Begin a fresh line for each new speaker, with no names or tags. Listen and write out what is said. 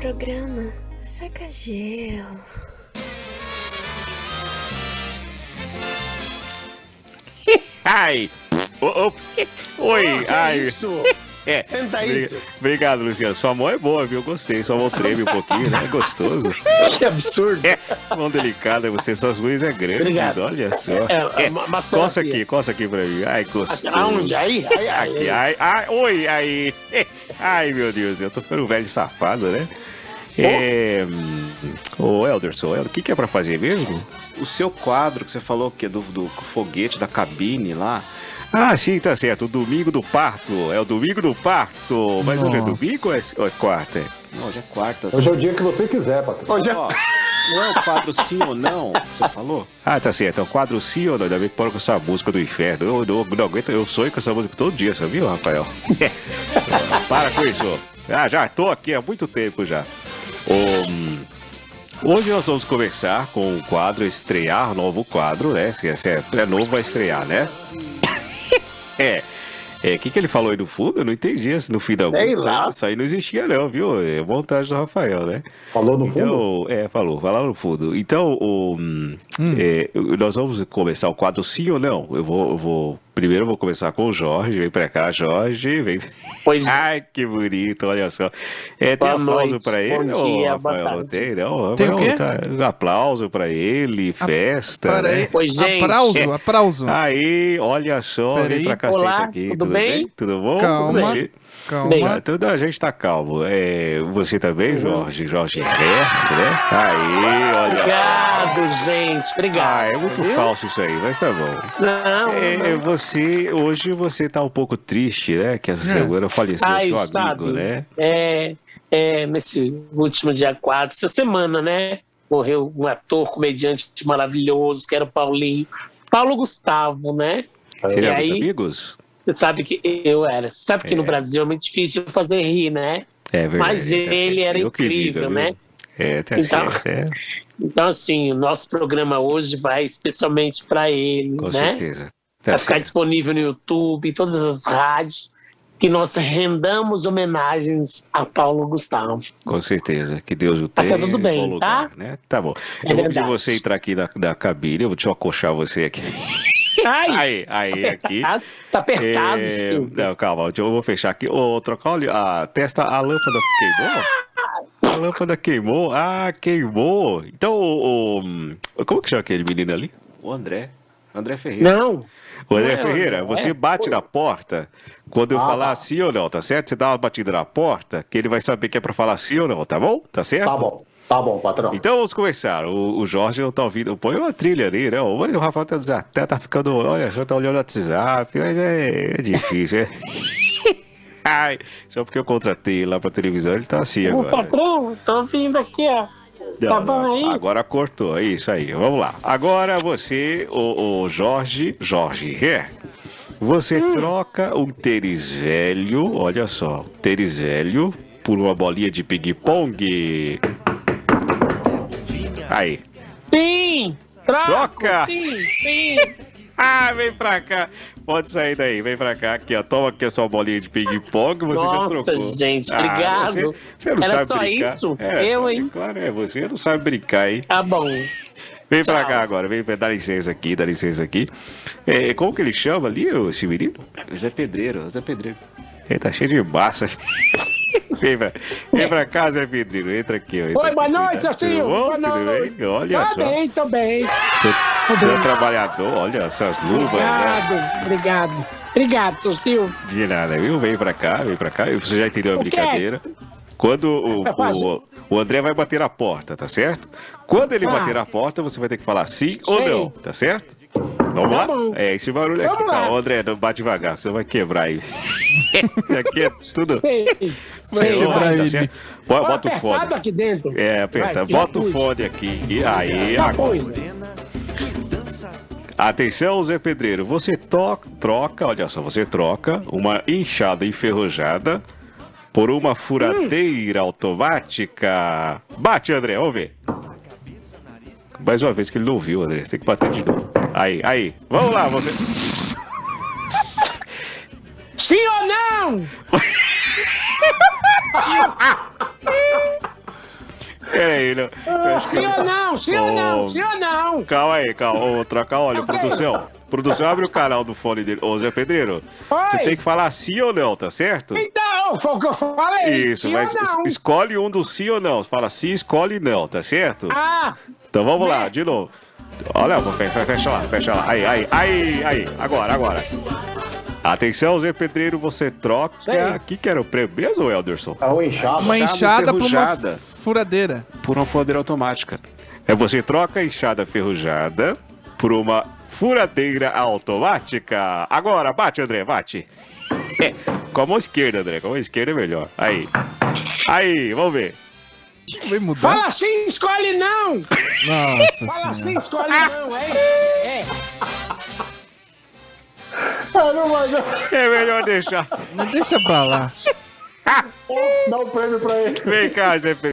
Programa Saca Gelo.
Ai! Ô, ô, Oi! Ai!
Isso!
É.
Senta
Obri-
isso!
Obrigado, Luciano. Sua mão é boa, viu? Eu Gostei. Sua mão treme um pouquinho, né? É Gostoso.
Que absurdo!
É. Mão delicada, você. Suas luzes é grande.
Obrigado.
Olha só.
É,
É.
ma- mastografia.
Coça aqui, coça aqui pra mim. Ai, gostoso.
Aonde? Aí? Aí, aí.
Aqui, ai, ai, oi, aí. Ai, meu Deus, eu tô ficando um velho safado, né? É, hum, Ô, Elderson, o que, que é pra fazer mesmo?
O seu quadro que você falou, que é do, do foguete, da cabine lá.
Ah, sim, tá certo. O domingo do parto. É o domingo do parto. Mas hoje é
Nossa.
domingo ou é, ou é quarta?
Não, hoje é quarta.
Hoje é o dia que você quiser, Patrícia.
Hoje é-
Ó, não é o quadro sim ou não, você falou?
Ah, tá certo. É o quadro sim ou não? Ainda bem que pôr com essa música do inferno. Eu, eu não aguento, eu sonho com essa música todo dia, você viu, Rafael? Para com isso. Ah, já tô aqui há muito tempo já. Hum, hoje nós vamos começar com o quadro estrear, novo quadro, né? Se é, se é, é novo, vai estrear, né? é. É, o que, que ele falou aí no fundo? Eu não entendi assim, no fim da música.
lá.
Isso aí não existia, não, viu? É vontade do Rafael, né?
Falou no fundo?
Então, é, falou, vai lá no fundo. Então, o, hum, é, eu- nós vamos começar o quadro sim ou não? Eu vou, eu vou- primeiro eu vou começar com o Jorge, vem pra cá, Jorge, vem.
Pois é.
Ai, que bonito, olha só. É, tem
Boa
aplauso
noite,
pra ele,
bom
ô,
dia, boa
Rafael, não
tarde.
tem não?
Tem o
Rafael,
quê?
tá- aplauso pra ele, festa,
Para aí.
né?
Oi, gente.
Aplauso, aplauso.
Ah, Aí, olha só, vem
Peraí.
pra cá, senta
Olá,
aqui,
tudo bem?
Tudo bom?
Calma.
Você-
Bem.
Calma.
ah, tudo a gente tá calmo. É, você também,
Uhum.
Jorge? Jorge Reto, né? Aí, olha.
Obrigado, gente.
Ah,
Obrigado.
é muito falso isso aí, mas tá bom.
Não,
É, você, hoje você tá um pouco triste, né? Que essa
É.
semana faleceu
Ai,
seu amigo,
sabe,
né?
é, é, nesse último dia 4, essa semana, né? Morreu um ator, comediante maravilhoso, que era o Paulinho. Paulo Gustavo, né?
Você
e
lembra
aí?
dos amigos?
Você sabe que eu era. Você sabe que no
É.
Brasil é muito difícil fazer rir, né?
É verdade.
Mas
tá
ele
certo.
era
Eu que
incrível,
viu?
né?
É, tá
Então-
certo. é,
Então, assim, o nosso programa hoje vai especialmente para ele,
com
né?
certeza. Tá
vai ficar
certo.
disponível no YouTube, em todas as rádios, que nós rendamos homenagens a Paulo Gustavo.
Com certeza. Que Deus o
Tá
tenha.
tudo
em
bem,
bom lugar,
tá?
Né? Tá bom.
É
eu vou pedir
verdade.
você entrar aqui na, na cabine, eu vou te acochar você aqui.
Ai,
Aí, aí, aqui.
tá, tá apertado,
É,
Silvio.
não, calma, eu vou fechar aqui. Ô, trocar o li- a testa, a lâmpada queimou? A lâmpada queimou? Ah, queimou. Então, o, o- como que chama aquele menino ali?
O André. André Ferreira.
Não,
O André
Não é,
Ferreira,
André,
você bate na porta quando eu falar sim ou não, tá certo? Você dá uma batida na porta que ele vai saber que é pra falar sim ou não, tá bom? Tá certo?
Tá bom, tá bom, patrão.
Então vamos começar. O, o Jorge não tá ouvindo. Põe uma trilha ali, né? O o Rafael tá, desa- tá, tá ficando. Olha, só tá olhando o WhatsApp, mas é, é difícil, é. Ai, só porque eu contratei lá pra televisão, ele tá assim
o
agora.
patrão, tô vindo aqui, ó. tá
Não,
bom
não,
aí?
Agora cortou, é isso aí. Vamos lá. Agora você, o, o Jorge. Jorge, é. Você troca um tênis velho, olha só, um tênis velho, por uma bolinha de ping-pong. Aí.
Sim, troco,
Troca.
Sim, sim.
Ah, vem pra cá. Pode sair daí, vem pra cá. Aqui, ó. Toma aqui a sua bolinha de ping-pong. Você já
Nossa,
trocou.
gente,
Ah,
obrigado.
você, você não
Era
sabe
só
brincar.
isso?
É,
Eu,
sabe,
hein?
Claro, é. Você não sabe brincar, hein?
Tá bom.
Vem pra
Tchau.
cá agora. Vem, dá licença aqui, dá licença aqui. É, como que ele chama ali, ô, esse menino?
Zé Pedreiro, Zé Pedreiro.
Ele tá cheio de massa. Vem pra, vem pra cá, Zé Pedrinho. Entra aqui. ó, entra
Oi,
aqui.
boa noite, seu
Tudo
Silvio.
bom?
Boa
Tudo
noite.
bem? Olha
Tô
só.
Tá bem, tô bem.
Seu, seu trabalhador, olha essas luvas. né?
Obrigado, obrigado. Obrigado, seu Silvio.
De nada, viu? Vem pra cá, vem pra cá. Você já entendeu a
O quê?
brincadeira. Quando o,
Tá fácil.
o, o André vai bater a porta, tá certo? Quando ele
Ah.
bater a porta, você vai ter que falar sim ou
Sei.
não, tá certo? Vamos
Tá
lá?
bom.
É, esse barulho aqui,
Vamos lá.
calma, André, não bate devagar, você vai quebrar aí. Isso aqui é tudo.
Sei.
Sei
Sei.
lá,
quebrar
tá
ele.
certo? Bo-
Ó,
Bota o
apertado
fone.
aqui dentro.
É, aperta.
Vai, Tá
Bota o
aperta.
fone aqui. E aí, agora. Atenção, Zé Pedreiro, você to- troca, olha só, você troca uma enxada enferrujada por uma furadeira automática. Bate, André, vamos ver. Mais uma vez que ele não ouviu, André, você tem que bater de novo. Aí, aí, vamos lá, você.
Sim ou não?
Peraí, não. Eu acho que-
Sim ou Ah, não? Sim ou não? É
Oh.
Sim ou não?
Calma aí, calma. Ô, troca, olha, produção. Produção, abre o canal do fone dele. Ô, Zé Pedreiro, você
Oi.
tem que falar sim ou não, tá certo?
Então, foi o que eu falei.
Isso,
sim
mas
ou não?
es- escolhe um do sim ou não. Fala sim, escolhe não, tá certo?
Ah,
Então vamos lá, de novo. Olha, vou fe- fe- fecha lá, fecha lá. Aí, aí, aí, aí. Agora, agora. Atenção, Zé Pedreiro, você troca. O que, que era o prêmio mesmo, Elderson?
É um inchado.
Mas-
Uma enxada pra uma
enferrujada.
furadeira.
Por uma fodeira automática.
É você troca a enxada ferrujada por uma furadeira automática. Agora, bate, André, bate. É, com a mão esquerda, André. Com a mão esquerda é melhor. Aí. Aí, vamos ver.
Acho que vai mudar.
fala assim, escolhe não. Fala
Nossa
assim,
senhora.
escolhe
Ah.
não. É, é.
Ah, não vai dar.
É melhor deixar.
Não deixa pra lá.
Dá um prêmio pra ele.
Vem cá, Zé Pe-